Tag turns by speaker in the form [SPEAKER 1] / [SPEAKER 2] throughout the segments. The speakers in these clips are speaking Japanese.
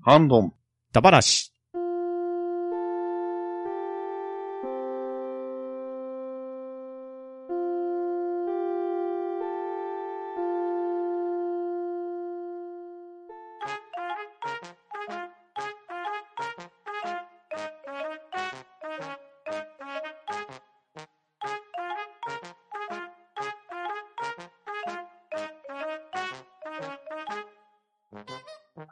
[SPEAKER 1] ハンドン。
[SPEAKER 2] ダバラシ。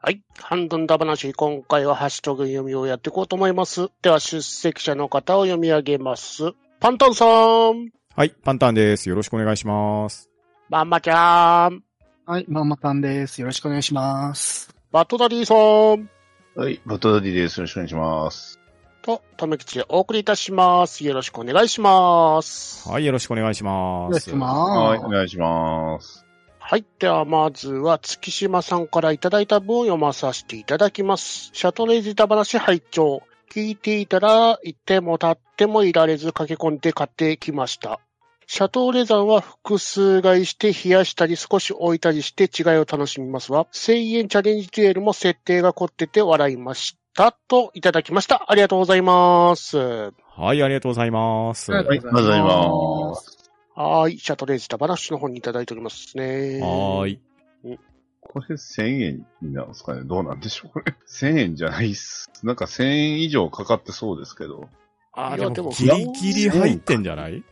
[SPEAKER 3] はい。ハンドンダ話、今回はハッシュタグ読みをやっていこうと思います。では、出席者の方を読み上げます。パンタンさん、
[SPEAKER 2] はい、パンタンです。よろしくお願いします。
[SPEAKER 3] マンマちゃん、
[SPEAKER 4] はい、まんまたんです。よろしくお願いします。
[SPEAKER 3] バトダディさん、
[SPEAKER 1] はい、バトダディです。よろしくお願いします。
[SPEAKER 3] と、とめきちでお送りいたします。よろしくお願いします。
[SPEAKER 2] はい、よろしくお願いします。
[SPEAKER 4] お願いし
[SPEAKER 1] はい、
[SPEAKER 4] ま
[SPEAKER 1] お願いします。
[SPEAKER 3] はい。では、まずは、月島さんからいただいた文を読まさせていただきます。シャトレーゼダ話拝聴聞いていたら、いても立ってもいられず駆け込んで買ってきました。シャトレーザンは複数買いして冷やしたり少し置いたりして違いを楽しみますわ。1000円チャレンジデュエルも設定が凝ってて笑いました。と、いただきました。ありがとうございます。
[SPEAKER 2] はい、ありがとうございます。
[SPEAKER 4] は
[SPEAKER 1] はい、おはようございます。
[SPEAKER 3] はい。シャトレーゼダ話の方にいただいておりますね。
[SPEAKER 2] はーい。
[SPEAKER 1] これ1000円なんですかねどうなんでしょうこれ。1000円じゃないっす。なんか1000円以上かかってそうですけど。
[SPEAKER 3] あー
[SPEAKER 2] あ、
[SPEAKER 3] いや
[SPEAKER 2] でも、
[SPEAKER 3] で
[SPEAKER 2] ギ
[SPEAKER 3] も
[SPEAKER 2] リギリ入ってんじゃない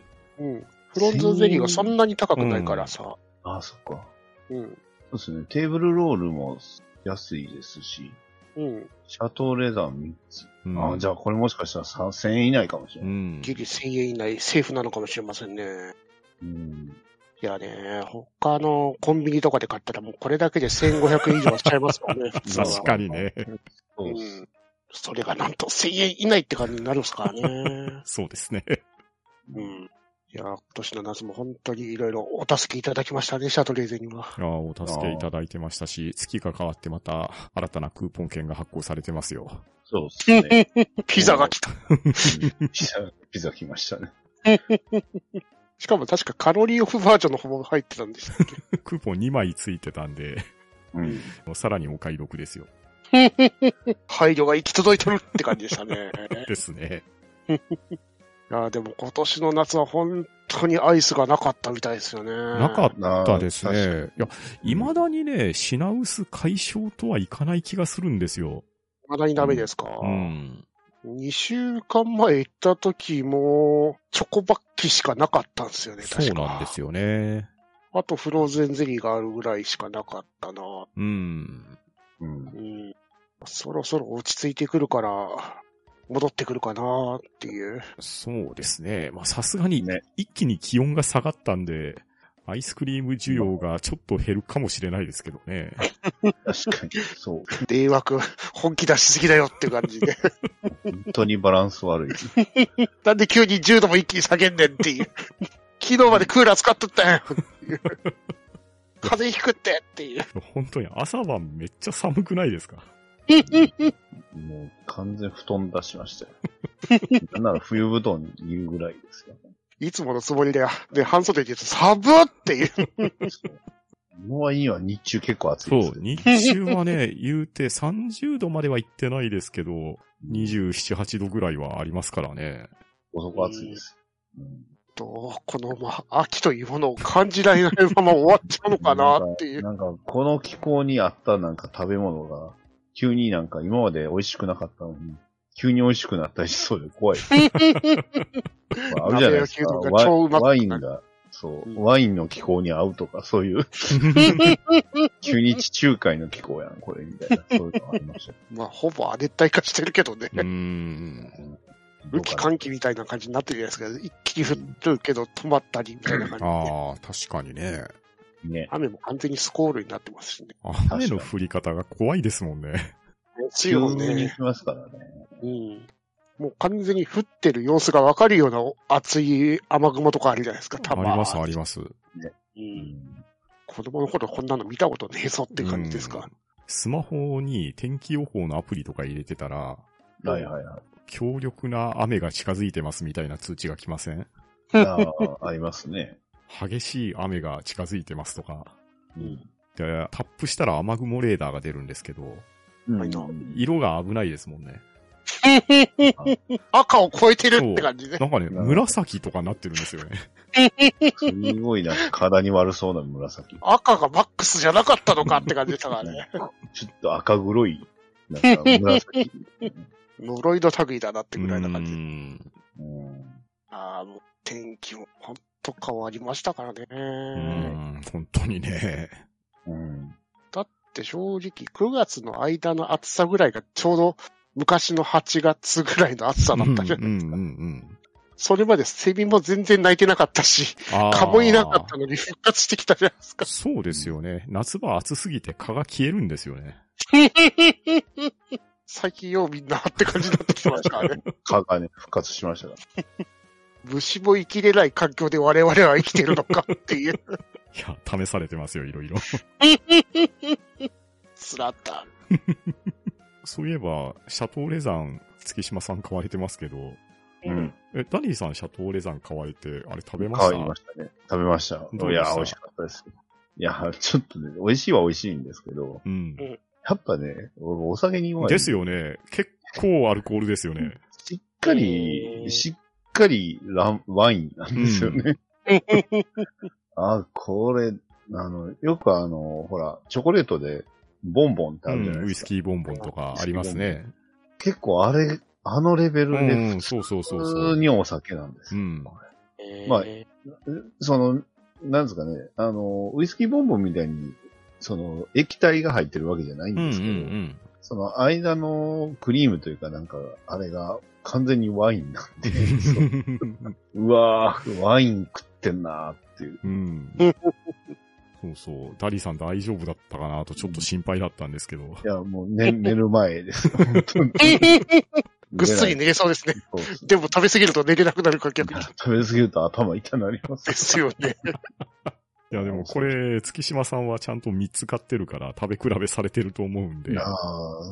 [SPEAKER 3] うん。フロンズゼリーがそんなに高くないからさ。
[SPEAKER 1] ああ、そっか。
[SPEAKER 3] うん。
[SPEAKER 1] そうですね。テーブルロールも安いですし、
[SPEAKER 3] うん。
[SPEAKER 1] シャトーレザー3つ。
[SPEAKER 2] うん
[SPEAKER 1] ああ、じゃあこれもしかしたら3000円以内かもしれ
[SPEAKER 2] う
[SPEAKER 1] ない。
[SPEAKER 2] ん。
[SPEAKER 3] ギリ1000円以内、セーフなのかもしれませんね。
[SPEAKER 1] うん。
[SPEAKER 3] いやね、他のコンビニとかで買ったらもうこれだけで1500円以上はしちゃいますも んね、普通は。
[SPEAKER 2] 確かにね。。
[SPEAKER 1] そう
[SPEAKER 3] う
[SPEAKER 1] っす。
[SPEAKER 3] ん。それがなんと1000円以内って感じになるんですからね
[SPEAKER 2] そうですね。
[SPEAKER 3] うん。いや、今年の夏も本当にいろいろお助けいただきましたね、シャトレーゼには。
[SPEAKER 2] あーお助けいただいてましたし、月が変わってまた新たなクーポン券が発行されてますよ。
[SPEAKER 1] そうっすね。
[SPEAKER 3] ピザが来た。
[SPEAKER 1] うんピザ、ピザ来ましたね。
[SPEAKER 3] しかも確かカロリーオフバージョンの方が入ってたんですよ。
[SPEAKER 2] クーポン2枚ついてたんで、
[SPEAKER 1] うん。
[SPEAKER 2] もうさらにお買い得ですよ。
[SPEAKER 3] 配慮が行き届いてるって感じでしたね。
[SPEAKER 2] ですね。
[SPEAKER 3] いやーでも今年の夏は本当にアイスがなかったみたいですよね。
[SPEAKER 2] な
[SPEAKER 3] な
[SPEAKER 2] か
[SPEAKER 3] っ
[SPEAKER 2] あったです
[SPEAKER 1] なあ確
[SPEAKER 2] ね。いや、未だにね、品薄解消とはいかない気がするんですよ。
[SPEAKER 3] た。まだにダメですか。
[SPEAKER 2] うん。
[SPEAKER 3] 2週間前行った時も、チョコバッキしかなかったんですよね、
[SPEAKER 2] そうなんです
[SPEAKER 3] よ。
[SPEAKER 2] よね。
[SPEAKER 3] あとフローズンゼリーがあるぐらいしかなかったな。
[SPEAKER 2] うん。
[SPEAKER 1] うん。
[SPEAKER 3] うん。そろそろ落ち着いてくるから、戻ってくるかなっていう。
[SPEAKER 2] そうですね。まあ、さすがに
[SPEAKER 1] ね、
[SPEAKER 2] 一気に気温が下がったんで、アイスクリーム需要がちょっと減るかもしれないですけどね。
[SPEAKER 1] 確かに。そう。
[SPEAKER 3] 迷惑、本気出しすぎだよっていう感じで。
[SPEAKER 1] 本当にバランス悪い。
[SPEAKER 3] なんで急に10度も一気に下げんねん っていう。昨日までクーラー使っとったやんっていう。風邪ひくってっていう。
[SPEAKER 2] 本当に朝晩めっちゃ寒くないですか
[SPEAKER 1] もう完全布団出しま したよ。なんなら冬布団にいるぐらいですよ、
[SPEAKER 3] いつものつもりで、で、半袖で言うと、サブっていう。
[SPEAKER 1] もうはいいわ、日中結構暑い
[SPEAKER 2] そ
[SPEAKER 1] です
[SPEAKER 2] う
[SPEAKER 1] よ。、
[SPEAKER 2] 日中はね、 言うて30度までは行ってないですけど、27、8度ぐらいはありますからね。
[SPEAKER 1] そこ暑いです。うん
[SPEAKER 3] と、この、まあ、秋というものを感じられないまま終わっちゃうのかなっていう。
[SPEAKER 1] なんか、この気候にあったなんか食べ物が、急になんか今まで美味しくなかったのに、急に美味しくなったりしそうで怖い。まあ、あるじゃないですか。
[SPEAKER 3] 鍋焼きうどんが超うま
[SPEAKER 1] ワ
[SPEAKER 3] く
[SPEAKER 1] ワインが、そうう、
[SPEAKER 3] ん
[SPEAKER 1] ワインの気候に合うとか、そういう、急に地中海の気候やん、これ、みたいな。そういうのありましたけ
[SPEAKER 3] まあ、ほぼ亜熱帯化してるけどね。
[SPEAKER 2] うーん。
[SPEAKER 1] ど。うん
[SPEAKER 3] 雨季寒気みたいな感じになってるじゃないですか。一気に降ってるけど止まったりみたいな感じで。
[SPEAKER 2] ああ、確かにね。
[SPEAKER 1] ね。
[SPEAKER 3] 雨も完全にスコールになってますしね。
[SPEAKER 2] 雨の降り方が怖いですもんね。
[SPEAKER 3] 強いよ
[SPEAKER 1] 急に
[SPEAKER 3] ね。
[SPEAKER 1] 来ますからね。
[SPEAKER 3] うん。もう完全に降ってる様子がわかるような熱い雨雲とかあるじゃないですか、
[SPEAKER 2] あ
[SPEAKER 3] た
[SPEAKER 2] り
[SPEAKER 3] ま
[SPEAKER 2] ます、あります。
[SPEAKER 3] う。
[SPEAKER 1] うんん
[SPEAKER 3] 子供の頃こんなの見たことねえぞっていう感じですか。
[SPEAKER 2] うんスマホに天気予報のアプリとか入れてたら、
[SPEAKER 1] はいはいはい。
[SPEAKER 2] 強力な雨が近づいてますみたいな通知が来ません
[SPEAKER 1] あーありますね。
[SPEAKER 2] 激しい雨が近づいてますとか。
[SPEAKER 1] うん。
[SPEAKER 2] で、タップしたら雨雲レーダーが出るんですけど、
[SPEAKER 1] うん
[SPEAKER 3] はいど
[SPEAKER 2] 色が危ないですもんね。
[SPEAKER 3] 赤を超えてるって感じね。
[SPEAKER 2] なんかね、紫とかなってるんですよね。
[SPEAKER 1] すごいなんか体に悪そうな紫。
[SPEAKER 3] 赤がマックスじゃなかったのかって感じ でしたからね。
[SPEAKER 1] ちょっと赤黒い、なんか 紫。
[SPEAKER 3] 呪いの類だなってぐらいな感
[SPEAKER 2] う
[SPEAKER 3] じ。
[SPEAKER 2] ん
[SPEAKER 1] うん
[SPEAKER 3] ああ、もう天気もほんと変わりましたからね。
[SPEAKER 2] うん本当にね。
[SPEAKER 1] うん
[SPEAKER 3] で、正直9月の間の暑さぐらいがちょうど昔の8月ぐらいの暑さだったじゃ。
[SPEAKER 2] うんんうんうんうん
[SPEAKER 3] それまでセミも全然鳴いてなかったし、
[SPEAKER 2] あー
[SPEAKER 3] 蚊もいなかったのに復活してきたじゃないですか。
[SPEAKER 2] そうですよね。夏場暑すぎて蚊が消えるんですよね。
[SPEAKER 3] 最近ようみんなって感じになってきてましたか らね。
[SPEAKER 1] 蚊がね、復活しましたか
[SPEAKER 3] 虫も生きれない環境で我々は生きてるのかっていう。
[SPEAKER 2] いや、試されてますよ、いろいろ。
[SPEAKER 3] スラッタ
[SPEAKER 2] そういえば、シャトーレザン、月島さん買われてますけど、
[SPEAKER 1] ら。うん。
[SPEAKER 2] え、ダニーさんシャトーレザン買われて、あれ食べました
[SPEAKER 1] 買いましたね。食べました。
[SPEAKER 2] どう
[SPEAKER 1] い
[SPEAKER 2] でした
[SPEAKER 1] や、美味しかったです。いや、ちょっとね、美味しいは美味しいんですけど、
[SPEAKER 2] うん。
[SPEAKER 1] やっぱね、俺お酒に弱い。
[SPEAKER 2] ですよね。結構アルコールですよね。
[SPEAKER 1] しっか
[SPEAKER 3] う
[SPEAKER 1] り、
[SPEAKER 3] ん
[SPEAKER 1] しっかりランワインなん ですよね。あ、これ、あの、よくあの、ほら、チョコレートでボンボンってあるじゃ
[SPEAKER 2] う
[SPEAKER 1] なんい
[SPEAKER 2] ウ
[SPEAKER 1] で
[SPEAKER 2] イ
[SPEAKER 1] す
[SPEAKER 2] ス
[SPEAKER 1] か。
[SPEAKER 2] キーボンボンとかありますね。
[SPEAKER 1] 結構あれ、あのレベル
[SPEAKER 2] う
[SPEAKER 1] で
[SPEAKER 2] ん、そうそうそう
[SPEAKER 1] 普
[SPEAKER 2] そ
[SPEAKER 1] 通
[SPEAKER 2] う。
[SPEAKER 1] にお酒なんです
[SPEAKER 2] う
[SPEAKER 1] よ。
[SPEAKER 2] ん。
[SPEAKER 3] ー。
[SPEAKER 1] まあ
[SPEAKER 3] え
[SPEAKER 1] その、なんですかね、あの、ウイスキーボンボンみたいに、その、液体が入ってるわけじゃないん
[SPEAKER 2] うんうんう
[SPEAKER 1] ですけど、
[SPEAKER 2] ん。
[SPEAKER 1] その間のクリームというかなんか、あれが完全にワインなん で、そううわぁ、ワイン食ってんなーっていう。
[SPEAKER 2] うん。そうそう。ダリーさん大丈夫だったかなとちょっと心配だったんですけど。
[SPEAKER 1] いや、もう 寝、寝る前です。本当に
[SPEAKER 3] ぐっすり寝れそうですね。
[SPEAKER 1] そうです
[SPEAKER 3] でも食べ過ぎると寝れなくなるから逆に。
[SPEAKER 1] 食べ過ぎると頭痛なります
[SPEAKER 3] で。すよね。
[SPEAKER 2] いやでもこれ、月島さんはちゃんと3つ買ってるから食べ比べされてると思うんで。
[SPEAKER 1] ああ、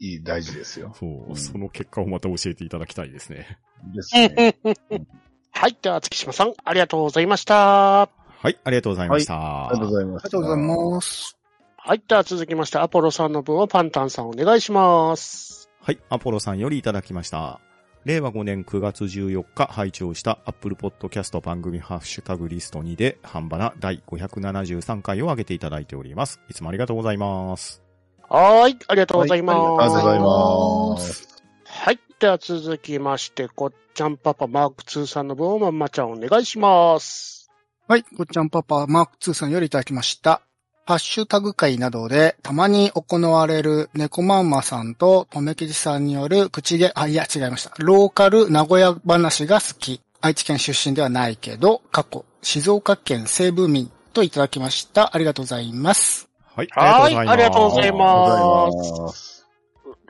[SPEAKER 1] いい、大事ですよ。
[SPEAKER 2] そう、
[SPEAKER 1] うん
[SPEAKER 2] その結果をまた教えていただきたいですね。
[SPEAKER 1] ですね。
[SPEAKER 3] はい。では、月島さん、ありがとうございました。
[SPEAKER 2] はい、ありがとうございました。
[SPEAKER 1] ありがとうございます。
[SPEAKER 4] ありがとうございます。
[SPEAKER 3] はい。では続きまして、アポロさんの分をパンタンさんお願いします。
[SPEAKER 5] はい、アポロさんよりいただきました。令和5年9月14日配聴した Apple Podcast 番組ハッシュタグリスト2で、半ばな第573回を上げていただいております。いつもありがとうございます。
[SPEAKER 3] はーい。ありがとうございます。
[SPEAKER 1] ありがとうございま。
[SPEAKER 4] ありがとうございます
[SPEAKER 3] はい。では続きまして、こっちゃんパパマーク2さんの分をまんまちゃんお願いします。
[SPEAKER 4] はい、ごっちゃんパパ、マーク2さんよりいただきました。ハッシュタグ会などで、たまに行われる猫マンマさんと、とめきじさんによる口げ、あ、いや、違いました。ローカル名古屋話が好き。愛知県出身ではないけど、過去、静岡県西部民といただきました。ありがとうございます。
[SPEAKER 2] はい、
[SPEAKER 3] はーい
[SPEAKER 2] ありがとうございま
[SPEAKER 1] ありがとうございます。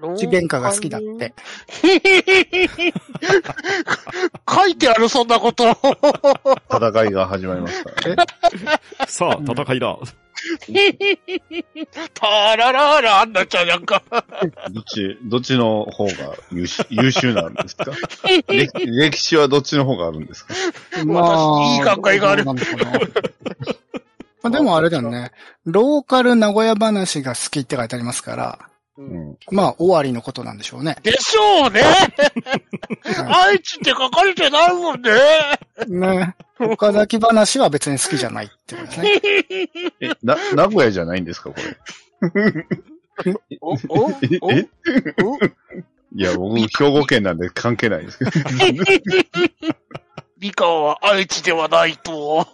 [SPEAKER 4] 口喧嘩が好きだっ
[SPEAKER 3] ローカ
[SPEAKER 4] て
[SPEAKER 3] ル。。 書いてある、そんなこと。
[SPEAKER 1] 戦いが始まりました。
[SPEAKER 2] す。さあ、戦いだ。
[SPEAKER 3] たららら、あんなちゃんなんか。
[SPEAKER 1] どっち、どっちの方が優秀優秀なんです か歴歴史はどっちの方があるんですか
[SPEAKER 3] 私いい考えがある
[SPEAKER 4] どうなんのかなまあでもあれだよね。ローカル名古屋話が好きって書いてありますから、
[SPEAKER 1] うん。
[SPEAKER 4] まあ、終わりのことなんでしょうね。
[SPEAKER 3] でしょうね。愛知って書かれてないもんね。
[SPEAKER 4] ね。岡崎話は別に好きじゃないってことですね。
[SPEAKER 1] え、な、名古屋じゃないんですかこれ。
[SPEAKER 3] お、お、お、
[SPEAKER 1] え
[SPEAKER 3] お、
[SPEAKER 1] いや、僕、兵庫県なんで関係ないですけど。
[SPEAKER 3] 美川は愛知ではないと。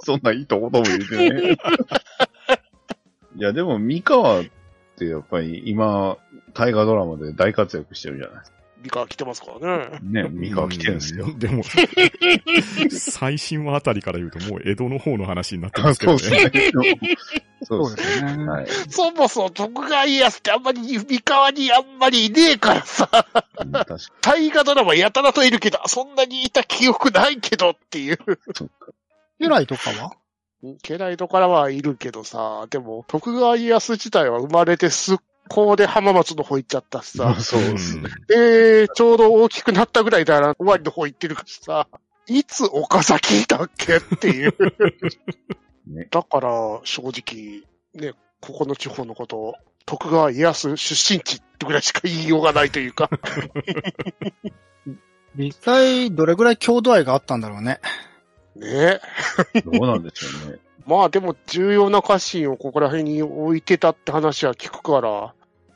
[SPEAKER 1] そんないいとことも言うてね。いや、でも、三河ってやっぱり今、大河ドラマで大活躍してるじゃないですか。
[SPEAKER 3] 美川来てますからね。
[SPEAKER 1] ね、三河来てるんですよ
[SPEAKER 2] う。で も、最新話あたりから言うともう江戸の方の話になってま
[SPEAKER 1] あ
[SPEAKER 2] すけど
[SPEAKER 1] そう
[SPEAKER 2] ね。
[SPEAKER 1] ですね。 そ
[SPEAKER 4] そうう
[SPEAKER 1] で
[SPEAKER 4] ですすね。
[SPEAKER 1] ね。はい。
[SPEAKER 3] そもそも徳川家康ってあんまり三河にあんまりいねえからさ、
[SPEAKER 1] うん確かに。
[SPEAKER 3] 大河ドラマやたらといるけど、そんなにいた記憶ないけどっていう。
[SPEAKER 4] 由来とかは
[SPEAKER 3] 家来とからはいるけどさ、でも徳川家康自体は生まれてすっこうで浜松の方行っちゃったし
[SPEAKER 1] まあ、
[SPEAKER 3] さ
[SPEAKER 1] そうですね。
[SPEAKER 3] で、ちょうど大きくなったぐらいだな、終わりの方行ってるからさ、いつ岡崎だっけっていう。
[SPEAKER 1] ね
[SPEAKER 3] だから、正直、ね、ここの地方のこと、徳川家康出身地ってぐらいしか言いようがない というか。
[SPEAKER 4] 実際、どれぐらい郷土愛があったんだろうね。
[SPEAKER 3] ねえ。
[SPEAKER 1] どうなんでしょうね。
[SPEAKER 3] まあでも重要な家臣をここら辺に置いてたって話は聞くから、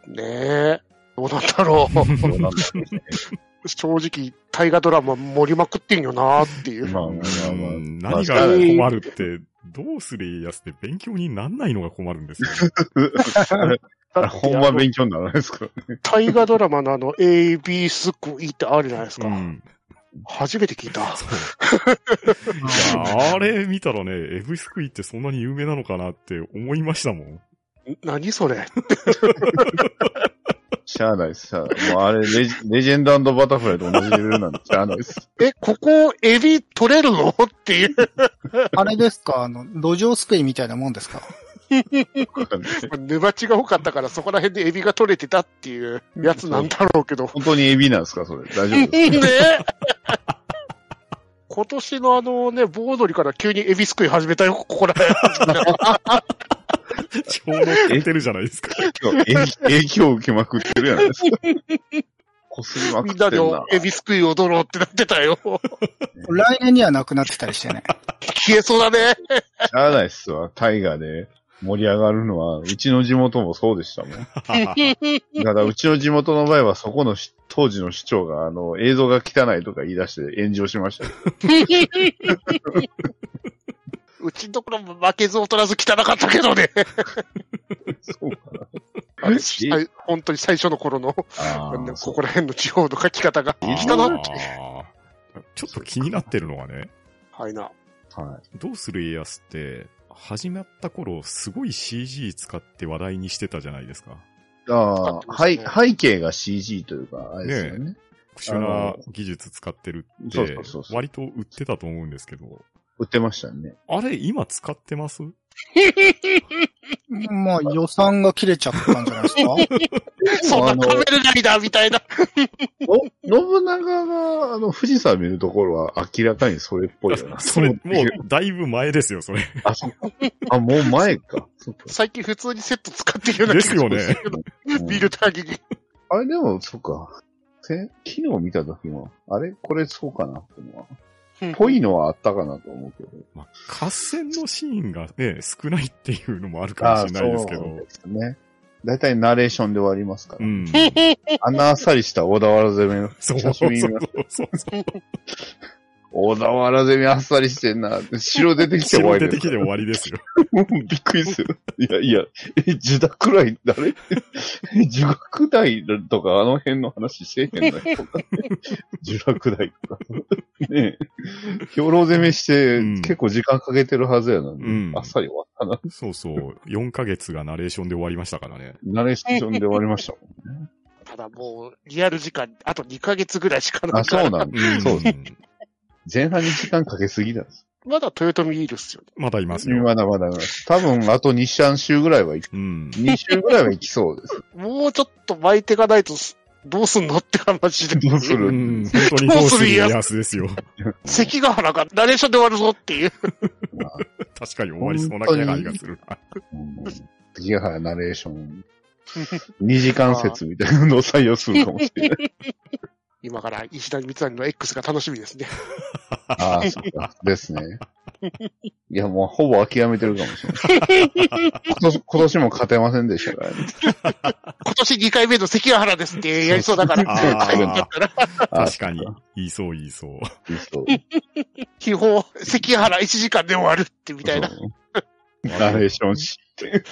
[SPEAKER 3] ねえ。どうなんだろう。
[SPEAKER 1] どうなんだろ うね。
[SPEAKER 3] 正直、大河ドラマ盛りまくってんよなっていう。
[SPEAKER 1] まあまあまあ
[SPEAKER 2] うん
[SPEAKER 1] まあ。
[SPEAKER 2] 何が困るって、どうすりゃいいやつって勉強になんないのが困るんです よ、ね。
[SPEAKER 3] だって
[SPEAKER 1] ほんま勉強にならないですか
[SPEAKER 3] 大河ドラマのあの、AB すくいってあるじゃないですか。
[SPEAKER 2] うん。
[SPEAKER 3] 初めて聞いた。
[SPEAKER 2] いや、あれ見たらね、エブスクイってそんなに有名なのかなって思いました もん。
[SPEAKER 3] 何それ
[SPEAKER 1] しゃあないです、しゃあない。もうあれレジ、レジェンドバタフライと同じレベルなんで、しゃあないで す。
[SPEAKER 3] え、ここ、エビ取れるのっていう。
[SPEAKER 4] あれですかあの、路上救いみたいなもんですか
[SPEAKER 1] わかんない
[SPEAKER 3] 沼地が多かったから、そこら辺でエビが取れてたっていうやつなんだろうけど。
[SPEAKER 1] 本当にエビなんですか、それ。大丈夫です
[SPEAKER 3] ね今年のあのね、盆踊りから急にエビすくい始めたよ、ここら辺。
[SPEAKER 2] ちょうど出てるじゃないですか。
[SPEAKER 1] 今日影 影響を受けまくってるやないです か。こすりまく
[SPEAKER 3] みん
[SPEAKER 1] っ
[SPEAKER 3] な
[SPEAKER 1] て
[SPEAKER 3] で
[SPEAKER 1] んな。
[SPEAKER 3] エビすくい踊ろうってなってたよ。
[SPEAKER 4] 来年にはなくなってたりしてね。
[SPEAKER 3] 消えそうだね。
[SPEAKER 1] しゃあないっすわ。タイガーで盛り上がるのは、うちの地元もそうでした もん。ただ、うちの地元の場合は、そこのし当時の市長が、あの、映像が汚いとか言い出して炎上しましたけど。
[SPEAKER 3] うちのところも負けず劣らず汚かったけ どね。
[SPEAKER 1] そう かな。
[SPEAKER 3] あれはい本当に最初の頃の、
[SPEAKER 1] あ
[SPEAKER 3] こ
[SPEAKER 1] ーそう
[SPEAKER 3] こら辺の地方の書き方が。汚っ
[SPEAKER 2] あーちょっと気になってるのはね、
[SPEAKER 3] はいな。
[SPEAKER 1] は
[SPEAKER 2] どうする家康って、始まった頃、すごい CG 使って話題にしてたじゃないですか。
[SPEAKER 1] い。あ
[SPEAKER 3] 使
[SPEAKER 1] あ、
[SPEAKER 3] ってます
[SPEAKER 1] はい背景が CG というか、あれですよね。
[SPEAKER 2] 特殊な技術使ってるっ
[SPEAKER 1] そう
[SPEAKER 2] て
[SPEAKER 1] そうそう、そう
[SPEAKER 2] 割と売ってたと思うんですけど、
[SPEAKER 1] 売ってましたね。
[SPEAKER 2] あれ今使っ てます
[SPEAKER 4] まあ、予算が切れちゃったんじゃないですか
[SPEAKER 3] そんな食べれないだ、みたいな。
[SPEAKER 1] の、信長が、あの、富士山見るところは明らかにそれっぽいよな。
[SPEAKER 2] それ、もうだいぶ前ですよ、それ。
[SPEAKER 1] あ、そっか。あ、もう前か。そっか。
[SPEAKER 3] 最近普通にセット使ってるような気がします
[SPEAKER 2] です
[SPEAKER 3] けど
[SPEAKER 1] うん
[SPEAKER 3] 見る限り。
[SPEAKER 1] あれでも、そっか。せ昨日見た時も、あれこれそうかなってのは。ぽいのはあったかなと思うけど。
[SPEAKER 2] まあ、合戦のシーンがね、少ないっていうのもあるかもしれないですけ
[SPEAKER 1] そう
[SPEAKER 2] ど。
[SPEAKER 1] ですね。だいたいナレーションで終わりますか
[SPEAKER 2] う
[SPEAKER 1] ら。
[SPEAKER 2] ん。
[SPEAKER 1] あんなあっさりした小田原攻めの、
[SPEAKER 2] そうそ
[SPEAKER 1] 久
[SPEAKER 2] う
[SPEAKER 1] し
[SPEAKER 2] そ
[SPEAKER 1] ぶ
[SPEAKER 2] う
[SPEAKER 1] りに見まし
[SPEAKER 2] そう。
[SPEAKER 1] 小田原攻めあっさりしてんな。城出てきて終わり
[SPEAKER 2] 白出
[SPEAKER 1] です
[SPEAKER 2] てきて終わりですよ。
[SPEAKER 1] もう びっくりする。いやいや、え、受諾くらい、誰 受諾代とかあの辺の話せえへんのよとか、ね、受諾代とか。ねえ。兵糧攻めして、
[SPEAKER 2] うん
[SPEAKER 1] 結構時間かけてるはずやのに、
[SPEAKER 2] うん
[SPEAKER 1] あっさり終わったな。
[SPEAKER 2] そうそう。4ヶ月がナレーションで終わりましたからね。
[SPEAKER 1] ナレーションで終わりましたもん。
[SPEAKER 3] ただもう、リアル時間、あと2ヶ月ぐらいしかな
[SPEAKER 1] あ、
[SPEAKER 3] いか
[SPEAKER 1] そう
[SPEAKER 3] ら。
[SPEAKER 1] なんだ。
[SPEAKER 2] うん
[SPEAKER 1] そうです。前半に時間かけすぎなんです。
[SPEAKER 3] まだ豊臣いるっすよね。
[SPEAKER 2] まだいますよ。
[SPEAKER 1] まだまだまだ。多分、あと2、3週ぐらいは行く。
[SPEAKER 2] うん。
[SPEAKER 1] 2週ぐらいは行きそうです。
[SPEAKER 3] もうちょっと巻いていかないとす、どうすんのって話で。
[SPEAKER 1] どうす
[SPEAKER 2] う
[SPEAKER 1] る
[SPEAKER 2] ん、本当にどうする家康ですよ。
[SPEAKER 3] 関ヶ原がナレーションで終わるぞっていう。
[SPEAKER 1] まあ
[SPEAKER 2] 確かに終わりそうな気配がするな。
[SPEAKER 1] うん杉原ナレーション。二時間説みたいなのを採用するか もしれない。
[SPEAKER 3] 今から石田三成の X が楽しみですね。
[SPEAKER 1] ああ、そうか。ですね。いや、もうほぼ諦めてるかもしれない。 今年今年も勝てませんでしたから、ね。
[SPEAKER 3] 今年2回目の関ヶ原ですってやりそうだから。
[SPEAKER 2] あ
[SPEAKER 3] 大変だっ
[SPEAKER 2] あ、
[SPEAKER 3] たら、
[SPEAKER 1] あ
[SPEAKER 2] 確かに。言いそう言いそう。
[SPEAKER 1] いい人
[SPEAKER 3] 秘宝、関ヶ原1時間で終わるってみたいな。
[SPEAKER 1] そうナレーションし、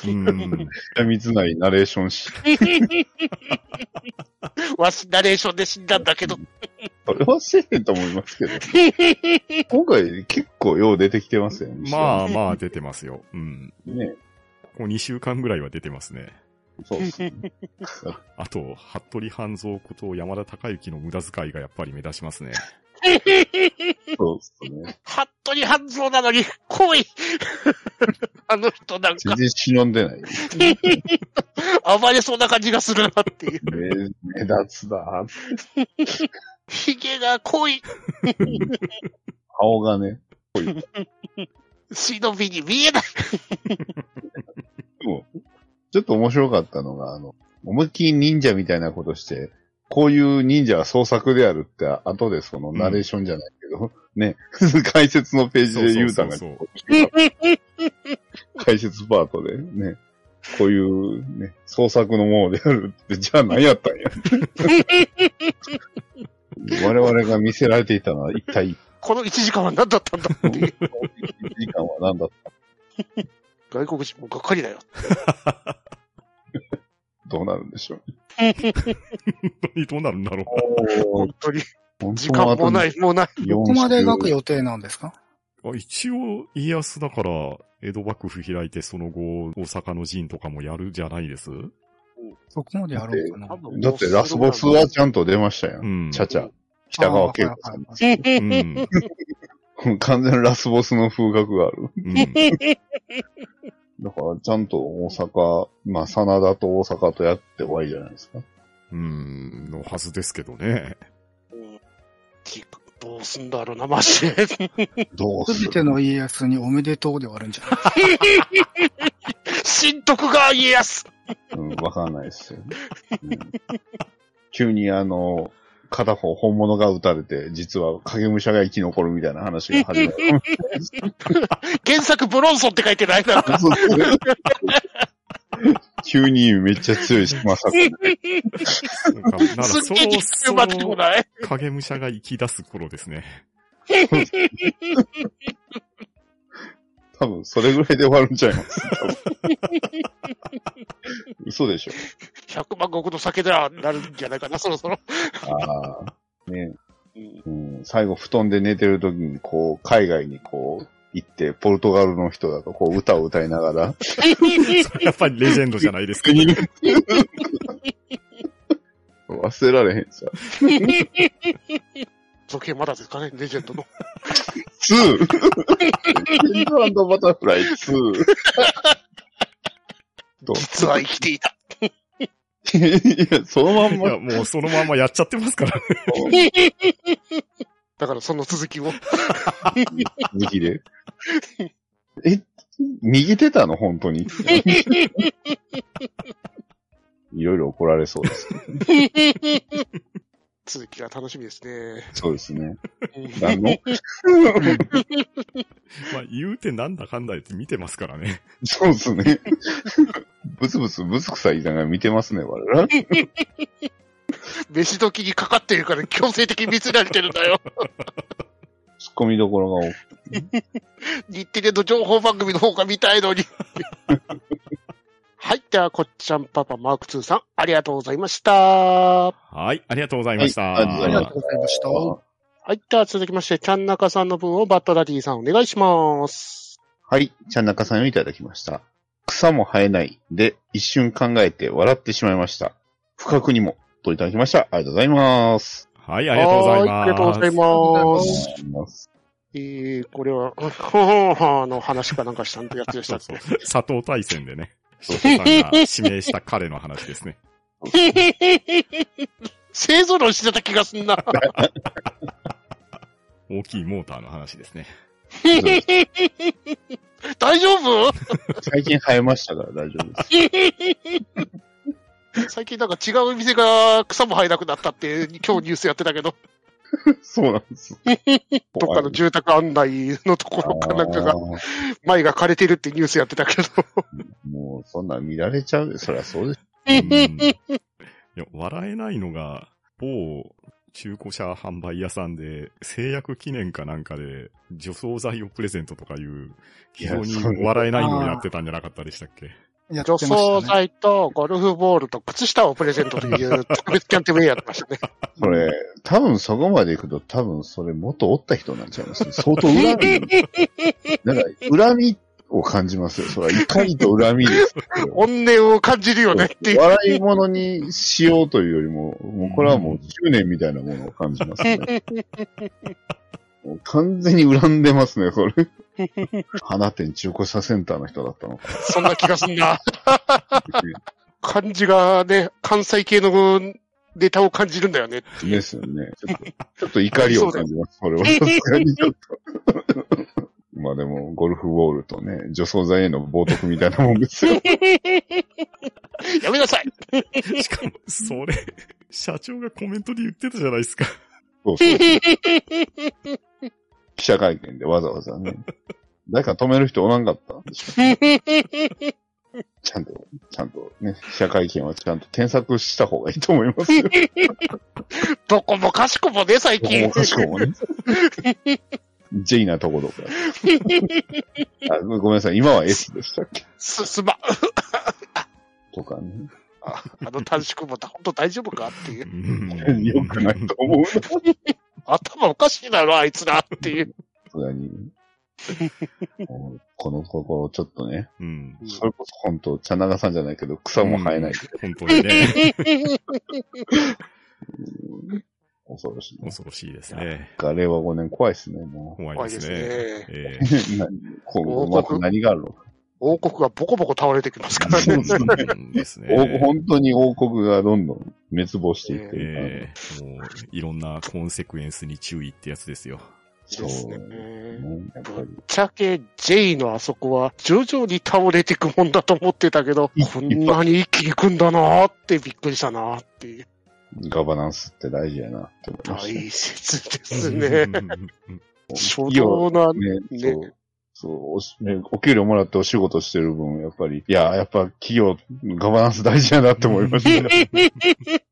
[SPEAKER 2] うん。
[SPEAKER 1] 三成ナレーションし。
[SPEAKER 3] わし、ナレーションで死んだんだけど。
[SPEAKER 1] それはせえへんと思いますけど。今回結構よう出てきてますよね。
[SPEAKER 2] まあまあ出てますよ。うん。
[SPEAKER 1] ね。
[SPEAKER 2] ここ2週間ぐらいは出てますね。
[SPEAKER 1] そうですね。
[SPEAKER 2] あと、服部半蔵こと山田孝之の無駄遣いがやっぱり目立ちますね。
[SPEAKER 1] そうですね。
[SPEAKER 3] ハットに半蔵なのに、来いあの人なん
[SPEAKER 1] 全
[SPEAKER 3] か、
[SPEAKER 1] 然忍んでない。
[SPEAKER 3] 暴れそうな感じがするなっていう。
[SPEAKER 1] 目目立つだ。
[SPEAKER 3] ヒゲが濃い、
[SPEAKER 1] 顔がね。
[SPEAKER 3] 忍びに見えない。
[SPEAKER 1] ちょっと面白かったのが、あの、思いっきり忍者みたいなことして、こういう忍者は創作であるって、後でそのナレーションじゃないけど、ね、 解説のページでゆうたんが
[SPEAKER 2] そうそう
[SPEAKER 1] 解説パートでね、こういうね、創作のものであるって、じゃあ何やったんや。 我々が見せられていたのは一 体
[SPEAKER 3] この1時間は何だったんだっていう。
[SPEAKER 1] 時間は何だった
[SPEAKER 3] 外国人もがっかりだよ。
[SPEAKER 1] どうなるんでしょう。
[SPEAKER 2] 本当にどうなるんだろ
[SPEAKER 3] 本当に。
[SPEAKER 1] 本
[SPEAKER 3] 時間もない、もうない。
[SPEAKER 1] ど
[SPEAKER 4] ここまで描く予定なんですか
[SPEAKER 2] う。あ一応、家康だから、江戸幕府開いてその後、大阪の陣とかもやるじゃないですう
[SPEAKER 4] そこまでやろうかな。
[SPEAKER 1] だってラスボスはちゃんと出ましたやん。
[SPEAKER 2] ん。
[SPEAKER 1] ちゃちゃ。北川景子さん。
[SPEAKER 4] あー
[SPEAKER 2] う。
[SPEAKER 3] うん
[SPEAKER 2] うん。
[SPEAKER 1] 完全にラスボスの風格がある。
[SPEAKER 2] うん
[SPEAKER 1] だから、ちゃんと大阪、まあ、真田と大阪とやって終わりじゃないですか。
[SPEAKER 2] うん。のはずですけ どね。
[SPEAKER 3] んどうすんだろうな、マジで。
[SPEAKER 1] どうす
[SPEAKER 4] すべ
[SPEAKER 1] る
[SPEAKER 4] ての家康におめでとうで終わるんじゃない
[SPEAKER 3] 新徳川家康
[SPEAKER 1] うん、わかんないですよ、うん急にあの、片方本物が撃たれて、実は影武者が生き残るみたいな話が始まる。
[SPEAKER 3] 原作ブロンソンって書いてないだろ。
[SPEAKER 1] 急にめっちゃ強い島作。
[SPEAKER 2] なんかなら
[SPEAKER 3] すっ
[SPEAKER 2] そ
[SPEAKER 3] げえ
[SPEAKER 2] ろ
[SPEAKER 3] 実
[SPEAKER 2] そ
[SPEAKER 3] 況が出てこ
[SPEAKER 2] ろ
[SPEAKER 3] ない。
[SPEAKER 2] 影武者が生き出す頃です ね。
[SPEAKER 1] 多分、それぐらいで終わるんちゃいます。多分嘘でしょ。
[SPEAKER 3] 100万石の酒ではなるんじゃないかな、そろそろ。
[SPEAKER 1] ああ。ね
[SPEAKER 3] うん
[SPEAKER 1] うん、最後、布団で寝てる時に、こう、海外にこう、行って、ポルトガルの人だと、こう、歌を歌いながら、
[SPEAKER 2] やっぱりレジェンドじゃない ですか。
[SPEAKER 1] 忘れられへんさ。
[SPEAKER 3] 続編まだですかね、レジェンドの。
[SPEAKER 1] 2! テントバタフライ2。どう
[SPEAKER 3] 実は生きていた。
[SPEAKER 1] いや、そのまん
[SPEAKER 2] い
[SPEAKER 1] ま
[SPEAKER 2] や、もうそのまんまやっちゃってますからね。
[SPEAKER 3] だからその続きを。
[SPEAKER 1] 右で。え、右出たの本当 に。いろいろ怒られそうです。
[SPEAKER 3] 続きが楽しみですね。
[SPEAKER 1] そうですね。
[SPEAKER 3] うん
[SPEAKER 1] あの、
[SPEAKER 2] まあ言うてなんだかんだ言って見てますからね。
[SPEAKER 1] そうですね。ブツブツ、ブツくさいながら見てますね、我々。
[SPEAKER 3] 飯時にかかってるから強制的に見せられてるんだよ。
[SPEAKER 1] ツッコミどころが多く
[SPEAKER 3] 日テレの情報番組の方が見たいのに。はい。では、こっちゃんパパマーク2さん、ありがとうございました。は
[SPEAKER 2] はい、ありがとうございました。
[SPEAKER 1] はいありがとうご
[SPEAKER 4] あ
[SPEAKER 1] ざ
[SPEAKER 4] り
[SPEAKER 1] いま
[SPEAKER 4] が
[SPEAKER 1] し
[SPEAKER 4] とうございました。
[SPEAKER 3] い。では、続きまして、ちゃんなかさんの分をバットダディさんお願いします。
[SPEAKER 1] はい、ちゃんなかさんをいただきました。草も生えないで一瞬考えて笑ってしまいました。不覚にもといただきました。ありがとうござい ます。
[SPEAKER 2] はい、ありがとうございます。
[SPEAKER 3] はありがとうございます。
[SPEAKER 1] ます
[SPEAKER 3] えー、これは、 ほほほの話かなんかしたんてやつでしたっけ
[SPEAKER 2] そうそう。佐藤大戦 でね、
[SPEAKER 1] そう
[SPEAKER 2] 佐藤さんが指名した彼の話ですね。
[SPEAKER 3] 勢ぞろいしてた気がすんな。
[SPEAKER 2] 大きいモーターの話ですね。
[SPEAKER 3] 大丈夫
[SPEAKER 1] 最近生えましたから大丈夫です。
[SPEAKER 3] 最近なんか違う店が草も生えなくなったって、今日ニュースやってたけ ど、
[SPEAKER 1] そうなん です。
[SPEAKER 3] どっかの住宅案内のところかなんかが
[SPEAKER 1] あ、ー
[SPEAKER 3] 前が枯れてるってニュースやってた けど、
[SPEAKER 1] もうそんなん見られちゃうで、そりゃそうです。
[SPEAKER 2] うん いや笑えないのが、某中古車販売屋さんで、製薬記念かなんかで、除草剤をプレゼントとかいう、非常
[SPEAKER 1] いやそう
[SPEAKER 2] に笑えないのをやってたんじゃなかったでしたっけ
[SPEAKER 4] やって
[SPEAKER 3] 除草
[SPEAKER 4] ましたね。
[SPEAKER 3] 剤とゴルフボールと靴下をプレゼントという特別キャンペーンやってました ね。
[SPEAKER 1] それ、多分そこまで行くと、多分それ元おった人になっちゃいます、ね。相当恨み。 なんか、恨みを感じますよ。それは怒りと恨みです。
[SPEAKER 3] 怨念を感じるよねっていう。
[SPEAKER 1] 笑い物にしようというよりも、もうこれはもう執念みたいなものを感じますね。もう完全に恨んでますね、それ。 花店中古車センターの人だったのか。
[SPEAKER 3] そんな気がすんな。感じがね、関西系のネタを感じるんだよね。
[SPEAKER 1] ですよね。ちょっとちょっと怒りを感じます、それは。さすがにちょっと。まあでも、ゴルフボールとね、除草剤への冒涜みたいなもんですよ。
[SPEAKER 3] やめなさい
[SPEAKER 2] しかも、それ、社長がコメントで言ってたじゃないですか。
[SPEAKER 1] そうそう記者会見でわざわざね。誰か止める人おらんかったんでしょちゃんと、ちゃんとね、記者会見はちゃんと添削した方がいいと思いますよ。
[SPEAKER 3] どこもかしこもね、最
[SPEAKER 1] どこも
[SPEAKER 3] 近。
[SPEAKER 1] かしこもね。ジェイなとことか。あごめんなさい、今は S でしたっけ
[SPEAKER 3] す、すまん。
[SPEAKER 1] とかね。
[SPEAKER 3] ああの短縮ボタン、本当大丈夫かっていう。
[SPEAKER 2] うん
[SPEAKER 1] よくないと思うな。
[SPEAKER 3] 頭おかしいだろ、あいつらっていう。
[SPEAKER 1] さすがに。 もうこのところちょっとね、
[SPEAKER 2] うん。
[SPEAKER 1] それこそ本当、茶長さんじゃないけど、草も生えない。
[SPEAKER 2] 本当にね、
[SPEAKER 1] 恐ろしいね。
[SPEAKER 2] 恐ろしいですね。
[SPEAKER 1] が令和5年怖いですね、もう。
[SPEAKER 2] 怖
[SPEAKER 3] 怖
[SPEAKER 2] い
[SPEAKER 3] い
[SPEAKER 2] で
[SPEAKER 3] ですすね。
[SPEAKER 2] ね。え
[SPEAKER 1] 何今後、また何があるのか。
[SPEAKER 3] 王国がボコボコ倒れてきますから
[SPEAKER 1] そう
[SPEAKER 3] ね
[SPEAKER 1] で。すね
[SPEAKER 2] えうんですね。
[SPEAKER 1] お本当に王国がどんどん滅亡していってるから、
[SPEAKER 2] ええもう、いろんなコンセクエンスに注意ってやつですよ。
[SPEAKER 1] そう
[SPEAKER 3] ですね。
[SPEAKER 1] ねやっぱ
[SPEAKER 3] ぶっ
[SPEAKER 1] り。
[SPEAKER 3] ちゃけ J のあそこは徐々に倒れていくもんだと思ってたけど、こんなに一気に行くんだなーってびっくりしたなーっていう。
[SPEAKER 1] ガバナンスって大事やなって思いま
[SPEAKER 3] 大
[SPEAKER 1] し
[SPEAKER 3] 切です ね。
[SPEAKER 1] た。
[SPEAKER 3] 初
[SPEAKER 1] 企業
[SPEAKER 3] 動な、
[SPEAKER 1] ね、
[SPEAKER 3] ね
[SPEAKER 1] そう。そうおし、ね、お給料もらってお仕事してる分、やっぱり、いや、やっぱ企業、ガバナンス大事やなって思いま した、ね。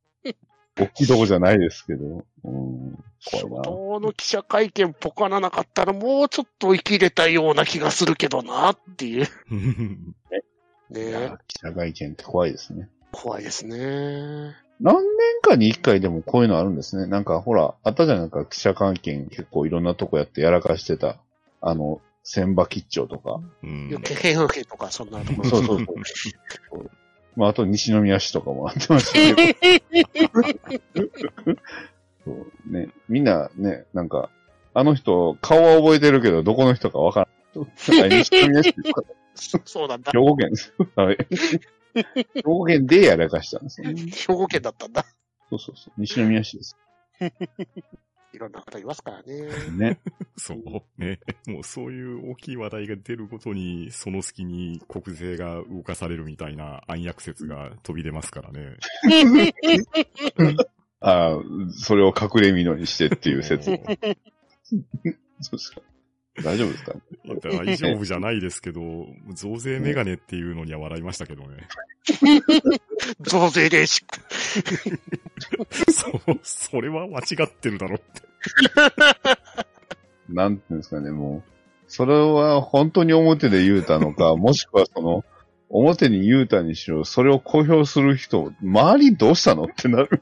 [SPEAKER 1] 大きいとこじゃないですけど、うん、
[SPEAKER 3] 初
[SPEAKER 1] 怖いな。
[SPEAKER 3] 動の記者会見ぽかななかったらもうちょっと生きれたような気がするけどなーっていう。
[SPEAKER 1] い
[SPEAKER 3] ね
[SPEAKER 1] や記者会見って怖いですね。
[SPEAKER 3] 怖いですね。
[SPEAKER 1] 何年かに一回でもこういうのあるんですね。なんかほら、あったじゃんないか、記者会見結構いろんなとこやってやらかしてた。あの、千葉吉兆とか。
[SPEAKER 2] うん
[SPEAKER 3] よけへんけとか、そんなところ。
[SPEAKER 1] そうそうそう。まあ、あと西宮市とかもあってましたけど。そうね。みんなね、なんか、あの人、顔は覚えてるけど、どこの人かわからん。なんか西宮市とか、
[SPEAKER 3] そうなん だ
[SPEAKER 1] 兵。庫県です。はい。兵庫県でやらかしたんですよね。
[SPEAKER 3] 兵庫県だったんだ。
[SPEAKER 1] そうそうそう。西宮市です。
[SPEAKER 3] いろんな方いますからね。
[SPEAKER 1] ね。
[SPEAKER 2] そう。ね。もうそういう大きい話題が出るごとに、その隙に国税が動かされるみたいな暗躍説が飛び出ますからね。
[SPEAKER 1] ああ、それを隠れ蓑にしてっていう説
[SPEAKER 2] も
[SPEAKER 1] も。そうですか。大丈夫ですか
[SPEAKER 2] う大丈夫じゃないですけど、増税メガネっていうのには笑いましたけどね。
[SPEAKER 3] 増税でし、
[SPEAKER 2] そう、それは間違ってるだろって。
[SPEAKER 1] なんていうんですかね、もう。それは本当に表で言うたの か、もしくはその、表に言うたにしろ、それを公表する人、周りどうしたのってなるんで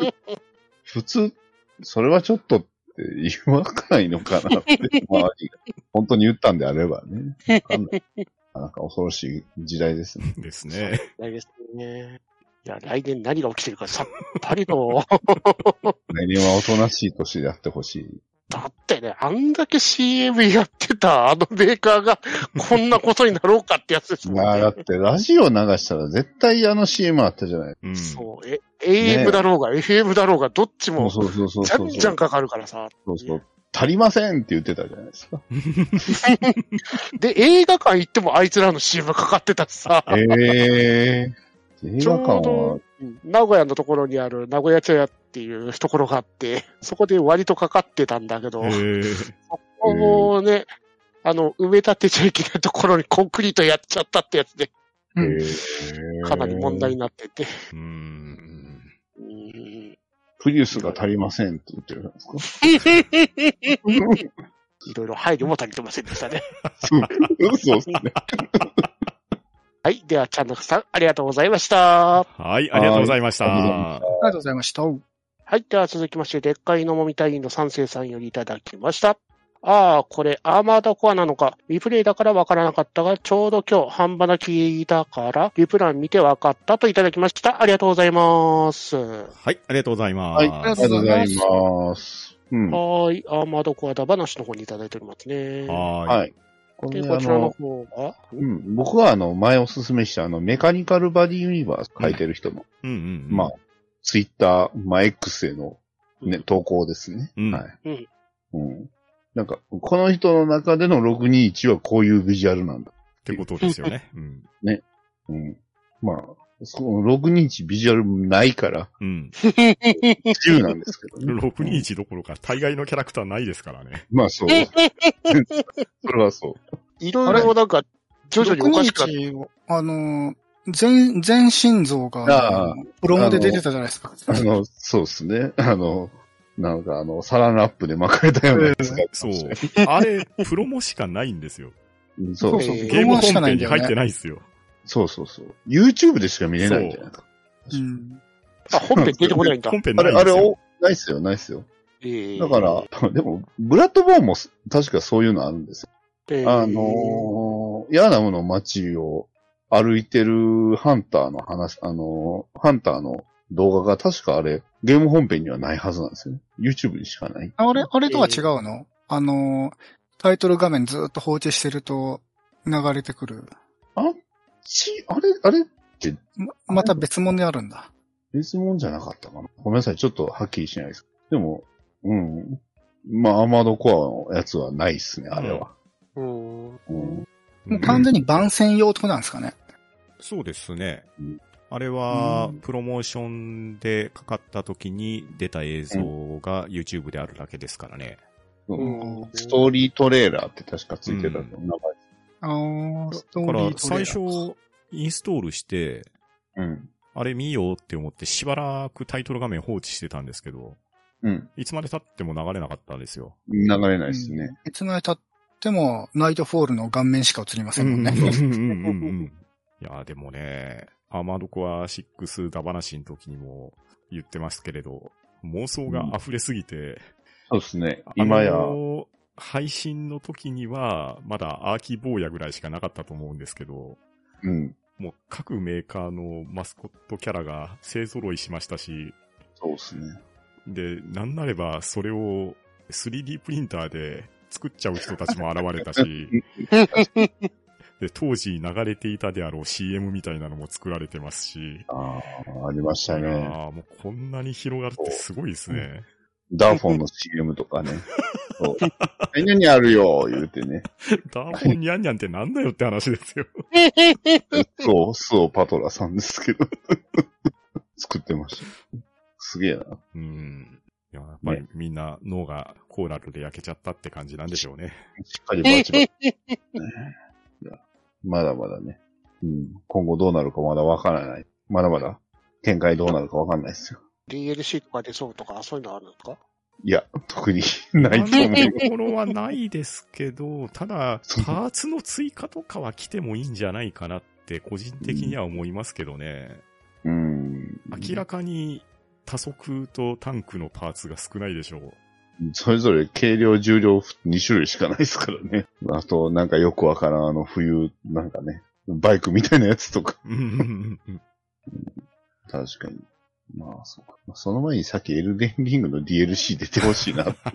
[SPEAKER 1] す よ普通、それはちょっとって言わないのかなって、周りが。本当に言ったんであればね。わかんないなんか恐ろしい時代ですね。
[SPEAKER 2] ですね。
[SPEAKER 3] ないですね。いや、来年何が起きてるかさっぱりの。
[SPEAKER 1] 来年はおとなしい年であってほしい。
[SPEAKER 3] だってね、あんだけ CM やってたあのメーカーがこんなことになろうかってやつですも
[SPEAKER 1] まあ、
[SPEAKER 3] ん
[SPEAKER 1] だ
[SPEAKER 3] ね
[SPEAKER 1] っ。て、ラジオ流したら絶対あの CM あったじゃない。
[SPEAKER 2] うん。
[SPEAKER 3] そう、え、AM だろうが、FM だろうが、どっちも、
[SPEAKER 1] そうそうそう
[SPEAKER 3] じゃ
[SPEAKER 1] そ
[SPEAKER 3] ん
[SPEAKER 1] う。
[SPEAKER 3] じゃんかかるからさ。
[SPEAKER 1] そうそう。足りませんって言ってたじゃないですか。
[SPEAKER 3] で、映画館行ってもあいつらの CM かかってたしさ。
[SPEAKER 1] ええ映
[SPEAKER 3] ち
[SPEAKER 1] 画
[SPEAKER 3] ょ
[SPEAKER 1] 館
[SPEAKER 3] う
[SPEAKER 1] は
[SPEAKER 3] ど、うん名古屋のところにある名古屋茶屋っていうところがあって、 そこで割とかかってたんだけど、
[SPEAKER 2] へえ
[SPEAKER 3] ここをね、あの、埋め立てちゃいけないところにコンクリートやっちゃったってやつで、
[SPEAKER 4] うん
[SPEAKER 1] ええ
[SPEAKER 3] かなり問題になってて。
[SPEAKER 2] うん。
[SPEAKER 3] うん
[SPEAKER 1] プリウスが足りませんって言ってるじゃないですか。
[SPEAKER 3] いろいろ配慮も足りてませんでしたね。
[SPEAKER 1] そうそうですね。
[SPEAKER 3] はい。では、ちゃんなかさん、ありがとうございました。
[SPEAKER 2] はい、ありがとうございまし
[SPEAKER 1] はいありがとうご
[SPEAKER 2] た。
[SPEAKER 4] りがとうございました。
[SPEAKER 3] はい。では、続きまして、でっかいのもみたいの三世さんよりいただきました。ああ、これ、アーマードコアなのか。リプレイだからわからなかったが、ちょうど今日、半端な聞いたから、リプラン見てわかったといただきました。ありがとうございます。は
[SPEAKER 5] はい、ありがとうございます。
[SPEAKER 1] はい、ありがとうございます。うん。は。
[SPEAKER 3] ーい。アーマードコアだ話の方にいただいておりますね。
[SPEAKER 5] はい
[SPEAKER 1] こ
[SPEAKER 3] で、
[SPEAKER 1] れ
[SPEAKER 3] こ
[SPEAKER 1] あ
[SPEAKER 3] ちらの
[SPEAKER 1] の、
[SPEAKER 3] 方が、
[SPEAKER 1] うん、僕はあの、前おすすめしたあの、メカニカルバディユニバース書いてる人の、
[SPEAKER 5] い。うんうん
[SPEAKER 1] まあ、ツイッター、まあ、X への、ね、投稿ですね。
[SPEAKER 5] うん
[SPEAKER 1] はい。
[SPEAKER 3] うん
[SPEAKER 1] うん。なんか、この人の中での621はこういうビジュアルなんだ。
[SPEAKER 6] てことですよね。うん。
[SPEAKER 1] うん。まあ、その621ビジュアルないから、
[SPEAKER 6] うん。
[SPEAKER 1] 自由なんですけどね。
[SPEAKER 6] 621どころか、大概のキャラクターないですからね。
[SPEAKER 1] まあそう。 それはそう。
[SPEAKER 3] いろいろなんか、徐々におかしくなって、
[SPEAKER 4] 621をあのー、全、全心臓
[SPEAKER 1] あ
[SPEAKER 4] が
[SPEAKER 1] あ、
[SPEAKER 4] プロモで出てたじゃないですか。
[SPEAKER 1] あの、そうですね。あの、なんかあの、サランラップで巻かれたようなやつが。
[SPEAKER 6] そう。あれ、プロモしかないんですよ。
[SPEAKER 1] うんそう
[SPEAKER 3] そ
[SPEAKER 1] そうう。
[SPEAKER 6] ゲーム本編に入ってないですよ。
[SPEAKER 1] そうそうそう。YouTube でしか見れないんじゃないか。
[SPEAKER 4] うん。
[SPEAKER 3] あ、本編出てこないんだ。
[SPEAKER 6] 本編
[SPEAKER 1] あ
[SPEAKER 6] な
[SPEAKER 1] れ、
[SPEAKER 6] いんで
[SPEAKER 1] あ
[SPEAKER 6] す
[SPEAKER 1] れ、
[SPEAKER 6] よ。
[SPEAKER 1] おないっすよ、ないっすよ。
[SPEAKER 3] ええ
[SPEAKER 1] だから、、でも、ブラッドボーンもす確かそういうのあるんですよ。
[SPEAKER 3] ええ
[SPEAKER 1] あのー、ヤーナムの街を歩いてるハンターの話、あのー、ハンターの動画が確かあれ、ゲーム本編にはないはずなんですよね。YouTube にしかない。
[SPEAKER 4] あれ、あれとは違うのあのー、タイトル画面ずっと放置してると流れてくる。
[SPEAKER 1] ち、あれ、あれ
[SPEAKER 4] ままた別物であるんだ。
[SPEAKER 1] 別物じゃなかったかな。ごめんなさい、ちょっとはっきりしないです。でも、うん。まあ、アーマードコアのやつはないっすね、あれは。
[SPEAKER 3] うん。
[SPEAKER 1] うん。
[SPEAKER 4] もう完全に番宣用ってことなんですかね。
[SPEAKER 2] そうですね
[SPEAKER 1] うん。
[SPEAKER 2] あれは
[SPEAKER 4] う、ん
[SPEAKER 2] プロモーションでかかった時に出た映像が YouTube であるだけですからね。
[SPEAKER 3] うん
[SPEAKER 1] ストーリートレーラーって確かついてたの、名前。
[SPEAKER 4] あー、ストー
[SPEAKER 2] だか
[SPEAKER 4] リ
[SPEAKER 2] ら
[SPEAKER 4] ー、トレ
[SPEAKER 2] 最
[SPEAKER 4] ーラー
[SPEAKER 2] 初、インストールして、
[SPEAKER 1] うん。
[SPEAKER 2] あれ見ようって思ってしばらくタイトル画面放置してたんですけど、
[SPEAKER 1] うん。
[SPEAKER 2] いつまで経っても流れなかったですよ。
[SPEAKER 1] 流れないですね。
[SPEAKER 4] いつまで経っても、ナイトフォールの顔面しか映りませんもんね。
[SPEAKER 2] うんうんうんうん いや、でもね、アーマードコア6ダバナシの時にも言ってますけれど、妄想が溢れすぎて、
[SPEAKER 1] そうですね。今や
[SPEAKER 2] あ、の配信の時には、まだアーキ坊やぐらいしかなかったと思うんですけど、
[SPEAKER 1] うん。
[SPEAKER 2] もう各メーカーのマスコットキャラが勢揃いしましたし、
[SPEAKER 1] そうですね。
[SPEAKER 2] で、なんなればそれを 3D プリンターで作っちゃう人たちも現れ たし、で、当時流れていたであろう CM みたいなのも作られてますし、
[SPEAKER 1] ああ、ありました
[SPEAKER 2] いや
[SPEAKER 1] ね。
[SPEAKER 2] ーもうこんなに広がるってすごいですね。
[SPEAKER 1] ダーフォンの CM と かね。そう。何々あるよ、言うてね。
[SPEAKER 2] ダーフォンニャンニャンってなんだよって話ですよ。
[SPEAKER 1] そう、スオパトラさんですけど。 作ってました。すげえな。
[SPEAKER 2] うん。いや、やっぱりみんな脳がコーラルで焼けちゃったって感じなんでしょうね。
[SPEAKER 1] しっかりバチバチ。いやまだまだね。うん。今後どうなるかまだわからない。まだまだ展開どうなるかわかんないですよ。
[SPEAKER 3] DLC とか出そうとか、そういうのあるんです か
[SPEAKER 1] いや、特にないと思う。
[SPEAKER 2] ところはないです けど、ただ、
[SPEAKER 1] そう
[SPEAKER 2] パーツの追加とかは来てもいいんじゃないかなって、個人的には思いますけどね。
[SPEAKER 1] うん。
[SPEAKER 2] 明らかに多速とタンクのパーツが少ないでし ょう。
[SPEAKER 1] それぞれ軽量、重量2種類しかないですからね。 あと、なんかよくわからんあの冬、なんかね、バイクみたいなやつとか。
[SPEAKER 2] うんうんうん
[SPEAKER 1] 確かに。まあ、そうか。その前にさっきエルデンリングの DLC 出てほしいな。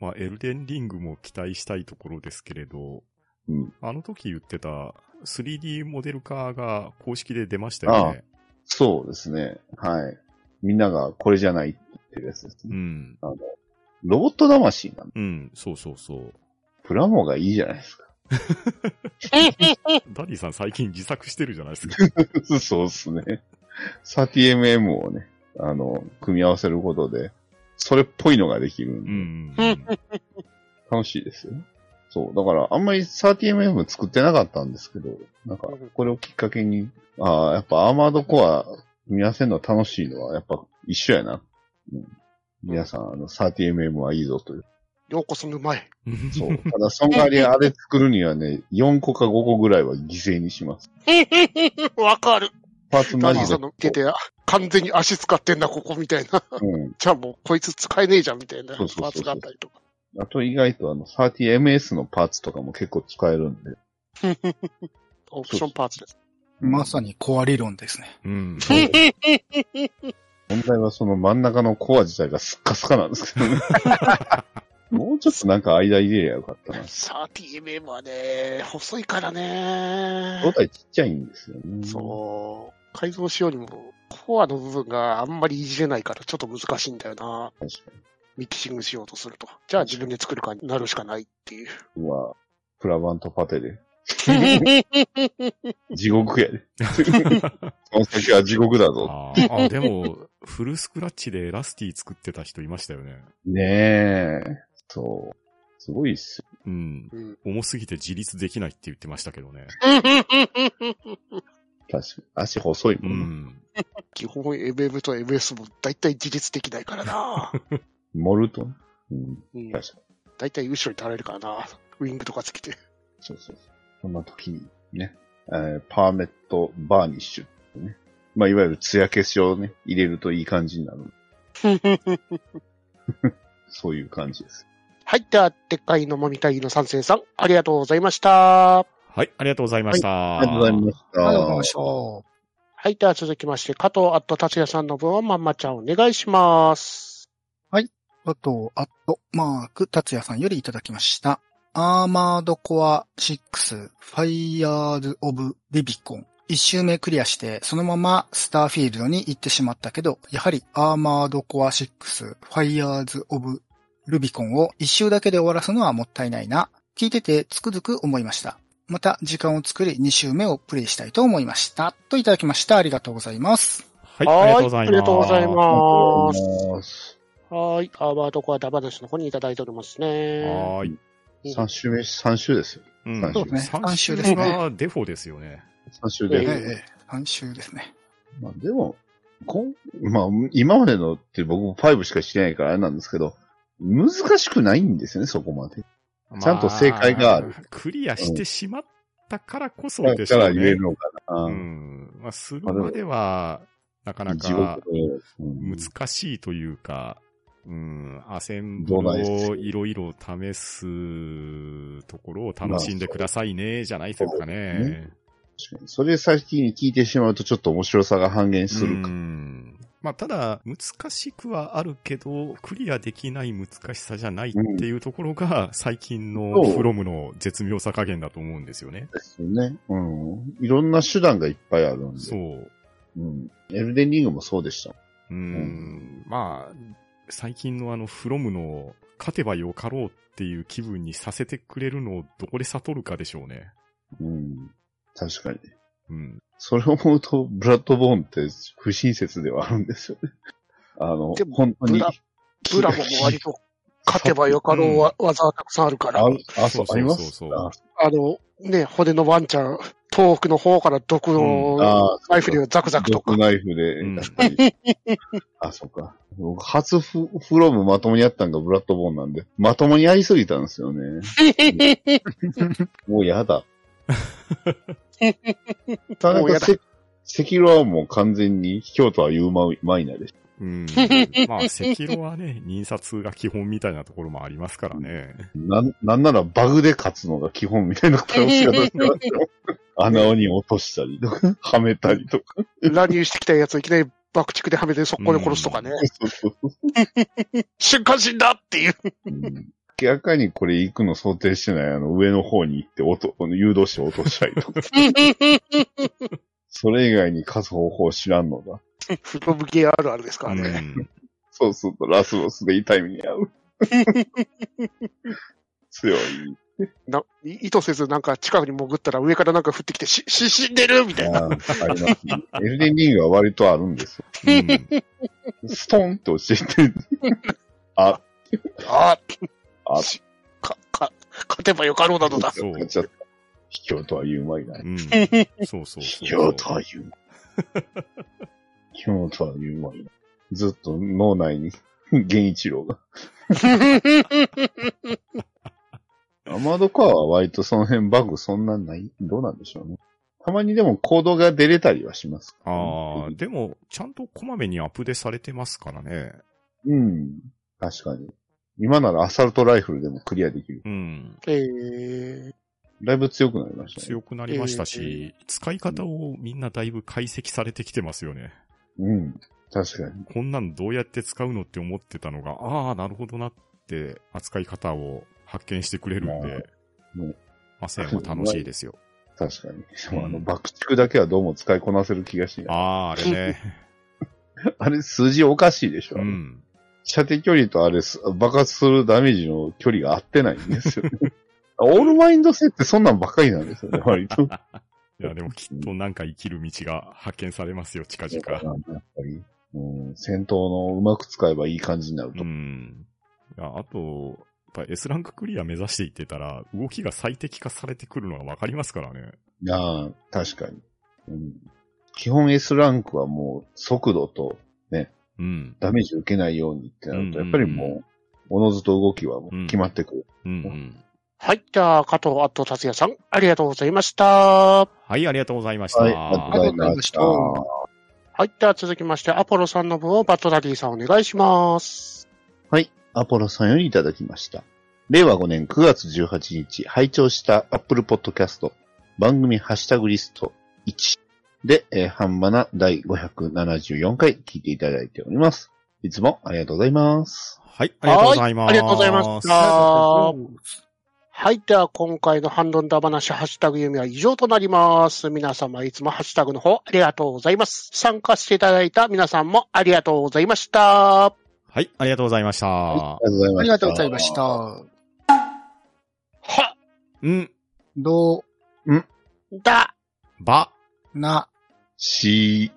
[SPEAKER 2] まあ、エルデンリングも期待したいところですけれど、
[SPEAKER 1] うん
[SPEAKER 2] あの時言ってた 3D モデル化が公式で出ましたよね。
[SPEAKER 1] そうですね。はい。みんながこれじゃないっていうやつですね。
[SPEAKER 2] うん。
[SPEAKER 1] ロボット魂なんだ。
[SPEAKER 2] うん、そうそうそう。
[SPEAKER 1] プラモがいいじゃないですか。
[SPEAKER 2] ダディさん最近自作してるじゃないで すか。
[SPEAKER 1] そうですね。30mm をね、あの、組み合わせることで、それっぽいのができるん
[SPEAKER 2] う
[SPEAKER 1] で、
[SPEAKER 2] んうんうん。
[SPEAKER 1] 楽しいですよ。そう。だから、あんまり 30mm 作ってなかったんですけど、なんか、これをきっかけに、ああ、やっぱアーマードコア組み合わせるの楽しいのは、やっぱ一緒やな。うん、皆さん、あの、30mm はいいぞという。
[SPEAKER 3] ようこそ沼へ。
[SPEAKER 1] そう。ただ、その代わりあれ作るにはね、4個か5個ぐらいは犠牲にします。
[SPEAKER 3] わかる。
[SPEAKER 1] パーツマジ
[SPEAKER 3] ダディ
[SPEAKER 1] で
[SPEAKER 3] さんの見てて、あ完全に足使ってんな、ここみたいな。
[SPEAKER 1] うん。
[SPEAKER 3] じゃあもう、こいつ使えねえじゃん、みたいなパ
[SPEAKER 1] そうそうそうそう
[SPEAKER 3] ーツがあったりとか。
[SPEAKER 1] あと意外とあの 30ms のパーツとかも結構使えるんで。
[SPEAKER 3] オプションパーツです。
[SPEAKER 4] まさにコア理論ですね。
[SPEAKER 2] うん。
[SPEAKER 1] 問題はその真ん中のコア自体がスッカスカなんですけ どね。もうちょっとなんか間入れりゃよかったな。
[SPEAKER 3] 30mm はね、細いからね。
[SPEAKER 1] 胴体ちっちゃいんですよね。
[SPEAKER 3] そう。改造しようにも、コアの部分があんまりいじれないからちょっと難しいんだよな。
[SPEAKER 1] う。確か
[SPEAKER 3] ミキシングしようとすると。じゃあ自分で作るかになるしかないっていう。
[SPEAKER 1] 今、プラバンとパテ で。地獄やで。この先は地獄だ ぞ。
[SPEAKER 2] あーあ、でも、フルスクラッチでラスティ作ってた人いましたよね。
[SPEAKER 1] ねえ。そう。すごいっすよ。
[SPEAKER 2] うん。
[SPEAKER 3] うん
[SPEAKER 2] 重すぎて自立できないって言ってましたけどね。
[SPEAKER 1] 確かに。足細いうもんな。
[SPEAKER 2] ん。
[SPEAKER 3] 基本 MM と MS も大体自立できないからな。
[SPEAKER 1] モルトン。うん。
[SPEAKER 3] うん
[SPEAKER 1] 確かに。
[SPEAKER 3] 大体後ろに垂れるからな。ウィングとかつけて。
[SPEAKER 1] そうそう。そんな時にね、えーパーメットバーニッシュってね。まあ、いわゆる艶消しをね、入れるといい感じになる。そういう感じです。
[SPEAKER 3] はい。では、でっかいのもみたいの参戦さん、ありがとうございました。
[SPEAKER 2] はい、ありがとうございました。
[SPEAKER 1] ありがとうございました。
[SPEAKER 4] ありがとうございました。
[SPEAKER 3] はい。では、続きまして、加藤あっと達也さんの分はまんまちゃんお願いします。
[SPEAKER 4] あと、アットマーク、達也さんよりいただきました。アーマードコア6、ファイヤーズ・オブ・リビコン。一周目クリアして、そのままスターフィールドに行ってしまったけど、やはりアーマードコア6、ファイヤーズ・オブ・ルビコンを一周だけで終わらすのはもったいないな。聞いててつくづく思いました。また時間を作り、二周目をプレイしたいと思いました。といただきました。ありがとうございます。
[SPEAKER 2] はい、
[SPEAKER 3] は
[SPEAKER 2] あ
[SPEAKER 3] い
[SPEAKER 2] りがとうございます。
[SPEAKER 3] ありがとうございます
[SPEAKER 1] ありがとうございます。
[SPEAKER 3] はーい。アーバードコアダバナシの方にいただいておりますね。
[SPEAKER 2] はーい。
[SPEAKER 1] 3週目、三週ですよ。
[SPEAKER 2] うん
[SPEAKER 1] そう
[SPEAKER 4] ですね
[SPEAKER 2] 三週
[SPEAKER 4] 三週ですね
[SPEAKER 2] がデフォですよね。
[SPEAKER 1] 3週
[SPEAKER 3] え
[SPEAKER 1] で。
[SPEAKER 3] え
[SPEAKER 4] ええ、3周ですね。
[SPEAKER 1] まあでも、こんまあ、今までのって僕も5しかしてないからあれなんですけど、難しくないんですよね、そこまで。 ちゃんと正解がある
[SPEAKER 2] ま。クリアしてしまったからこそ
[SPEAKER 1] だ
[SPEAKER 2] でし
[SPEAKER 1] か
[SPEAKER 2] ょう
[SPEAKER 1] ら
[SPEAKER 2] ね。
[SPEAKER 1] 言えるのかな。
[SPEAKER 2] うん。まあ、するまでは、なかな
[SPEAKER 1] 地
[SPEAKER 2] か
[SPEAKER 1] 獄でうん
[SPEAKER 2] 難しいというか、うん、アセンブルをいろいろ試すところを楽しんでくださいね、じゃないですかね。
[SPEAKER 1] 確かにそれ先に聞いてしまうとちょっと面白さが半減するか。
[SPEAKER 2] うんまあ、ただ、難しくはあるけど、クリアできない難しさじゃないっていうところが、最近の
[SPEAKER 1] そう
[SPEAKER 2] フロムの絶妙さ加減だと思うんですよね。
[SPEAKER 1] ですよね。うん。いろんな手段がいっぱいあるんで。
[SPEAKER 2] そう。
[SPEAKER 1] うん。エルデンリングもそうでした。
[SPEAKER 2] うーん、まあ、最近のあの、フロムの、勝てばよかろうっていう気分にさせてくれるのをどこで悟るかでしょうね。
[SPEAKER 1] うん。確かに。
[SPEAKER 2] うん。
[SPEAKER 1] それを思うと、ブラッドボーンって不親切ではあるんですよね。あの
[SPEAKER 3] で、も
[SPEAKER 1] 本当に。
[SPEAKER 3] ブラブラボも割と勝てばよかろうわ技はたくさんあるから、
[SPEAKER 1] あ
[SPEAKER 3] あ
[SPEAKER 1] る、あ、そう、あります
[SPEAKER 2] そうそうそう
[SPEAKER 3] の、ね、骨のワンちゃん、遠くの方から毒
[SPEAKER 1] あ
[SPEAKER 3] の
[SPEAKER 1] ああ、
[SPEAKER 3] ナイフでザクザクと
[SPEAKER 1] ドッ
[SPEAKER 3] か
[SPEAKER 1] グ。ナイフで、
[SPEAKER 2] うん
[SPEAKER 1] やっぱりあ、そうか。僕初フフロムまともにやったんがブラッドボーンなんで、まともにやりすぎたんですよね。もうや だ。田
[SPEAKER 3] もうや
[SPEAKER 1] 中
[SPEAKER 3] だ
[SPEAKER 1] せ赤色はもう完全に京都はユーママイナーでした。
[SPEAKER 2] うん。まあ、赤色はね、 忍殺が基本みたいなところもありますからね。
[SPEAKER 1] なん、なんならバグで勝つのが基本みたいな倒し方してました よ穴に落としたりとか、はめたりとか。
[SPEAKER 3] 乱入してきたやつをいきなり爆竹ではめて速攻で殺すとかね。
[SPEAKER 1] そうそうそう
[SPEAKER 3] 瞬間死んだっていう。
[SPEAKER 1] うん明らかにこれ行くの想定してない、あの上の方に行って音、誘導して落としたりとか。それ以外に勝つ方法を知らんのだ。
[SPEAKER 3] フロムゲーあるあるですから
[SPEAKER 2] う
[SPEAKER 3] ね。
[SPEAKER 2] ん。
[SPEAKER 1] そうするとラスボスで痛い目に遭う。強い。
[SPEAKER 3] な意図せずなんか近くに潜ったら上からなんか降ってきて、し、し死んでるみたいな。
[SPEAKER 1] あーありますね。エルデンリングは割とあるんですよ。
[SPEAKER 2] うん
[SPEAKER 1] ストンって落ちていって、あ、
[SPEAKER 3] あ
[SPEAKER 1] あ
[SPEAKER 3] あ、しか、か、勝てばよかろうなど だ。
[SPEAKER 2] そう
[SPEAKER 1] やっちゃった。卑怯とは言うまいな。
[SPEAKER 2] うん。そうそう
[SPEAKER 1] 卑
[SPEAKER 2] そ
[SPEAKER 1] 怯
[SPEAKER 2] う。
[SPEAKER 1] とは言う。 卑怯とは言うまいな。ずっと脳内に、 源一郎が。アマードコアは割とその辺バグそんなんない、どうなんでしょうね。たまにでも行動が出れたりはします。
[SPEAKER 2] ああ、でも、ちゃんとこまめにアップデされてますからね。
[SPEAKER 1] うん。確かに。今ならアサルトライフルでもクリアできる。
[SPEAKER 2] うん。
[SPEAKER 3] えー、
[SPEAKER 1] だいぶ強くなりましたね。
[SPEAKER 2] 強くなりましたし、使い方をみんなだいぶ解析されてきてますよね。
[SPEAKER 1] うん。確かに。
[SPEAKER 2] こんなんどうやって使うのって思ってたのが、ああ、なるほどなって扱い方を発見してくれるんで
[SPEAKER 1] うんうん、
[SPEAKER 2] アセンは楽しいですよ。
[SPEAKER 1] 確かに。でもあ
[SPEAKER 2] う
[SPEAKER 1] の、
[SPEAKER 2] ん
[SPEAKER 1] 爆竹だけはどうも使いこなせる気がしない。
[SPEAKER 2] ああ、あれね。
[SPEAKER 1] あれ、数字おかしいでしょ、
[SPEAKER 2] うん。
[SPEAKER 1] 射程距離とあれす、爆発するダメージの距離が合ってないんですよね。 オールマインド性ってそんなんばっかりなんですよね、割と。
[SPEAKER 2] いや、でもきっとなんか生きる道が発見されますよ、近々。
[SPEAKER 1] やっぱり、うん、戦闘のうまく使えばいい感じになると。
[SPEAKER 2] うん。いやあと、やっぱ S ランククリア目指していってたら、動きが最適化されてくるのがわかりますからね。
[SPEAKER 1] いやー確かに、うん。基本 S ランクはもう速度と
[SPEAKER 2] うん。
[SPEAKER 1] ダメージ受けないようにってなると、
[SPEAKER 2] うん
[SPEAKER 1] やっぱりもう、おのずと動きはもう決まってくる。
[SPEAKER 2] うん、うん。
[SPEAKER 3] はい。じゃあ、加藤アット達也さん、ありがとうございました。は。
[SPEAKER 5] はい、ありがとうございました。
[SPEAKER 1] はい、ありがとうございました。
[SPEAKER 4] ありがとうご
[SPEAKER 1] はい
[SPEAKER 3] では続きまして、アポロさんの分をバトラディさんお願いします。
[SPEAKER 1] い、アポロさんよりいただきました。令和5年9月18日、拝聴したアップルポッドキャスト番組ハッシュタグリスト1で、えー、ハンバナ第574回聞いていただいております。いつもありがとうございます。
[SPEAKER 5] はい、ありがとうございます。
[SPEAKER 3] ありがとうございまし
[SPEAKER 5] は
[SPEAKER 3] た。はい。では、今回のハンドンダ話、ハッシュタグ弓は以上となります。皆様、いつもハッシュタグの方、ありがとうございます。参加していただいた皆さんもありがとうございました。
[SPEAKER 5] い、ありがとうございました
[SPEAKER 1] あ。りがとうござい
[SPEAKER 4] あ
[SPEAKER 1] ました。
[SPEAKER 4] りがとうございまし。た。
[SPEAKER 3] は、
[SPEAKER 5] うん、
[SPEAKER 4] ど
[SPEAKER 3] だ、
[SPEAKER 5] ば、
[SPEAKER 4] うな、
[SPEAKER 1] し、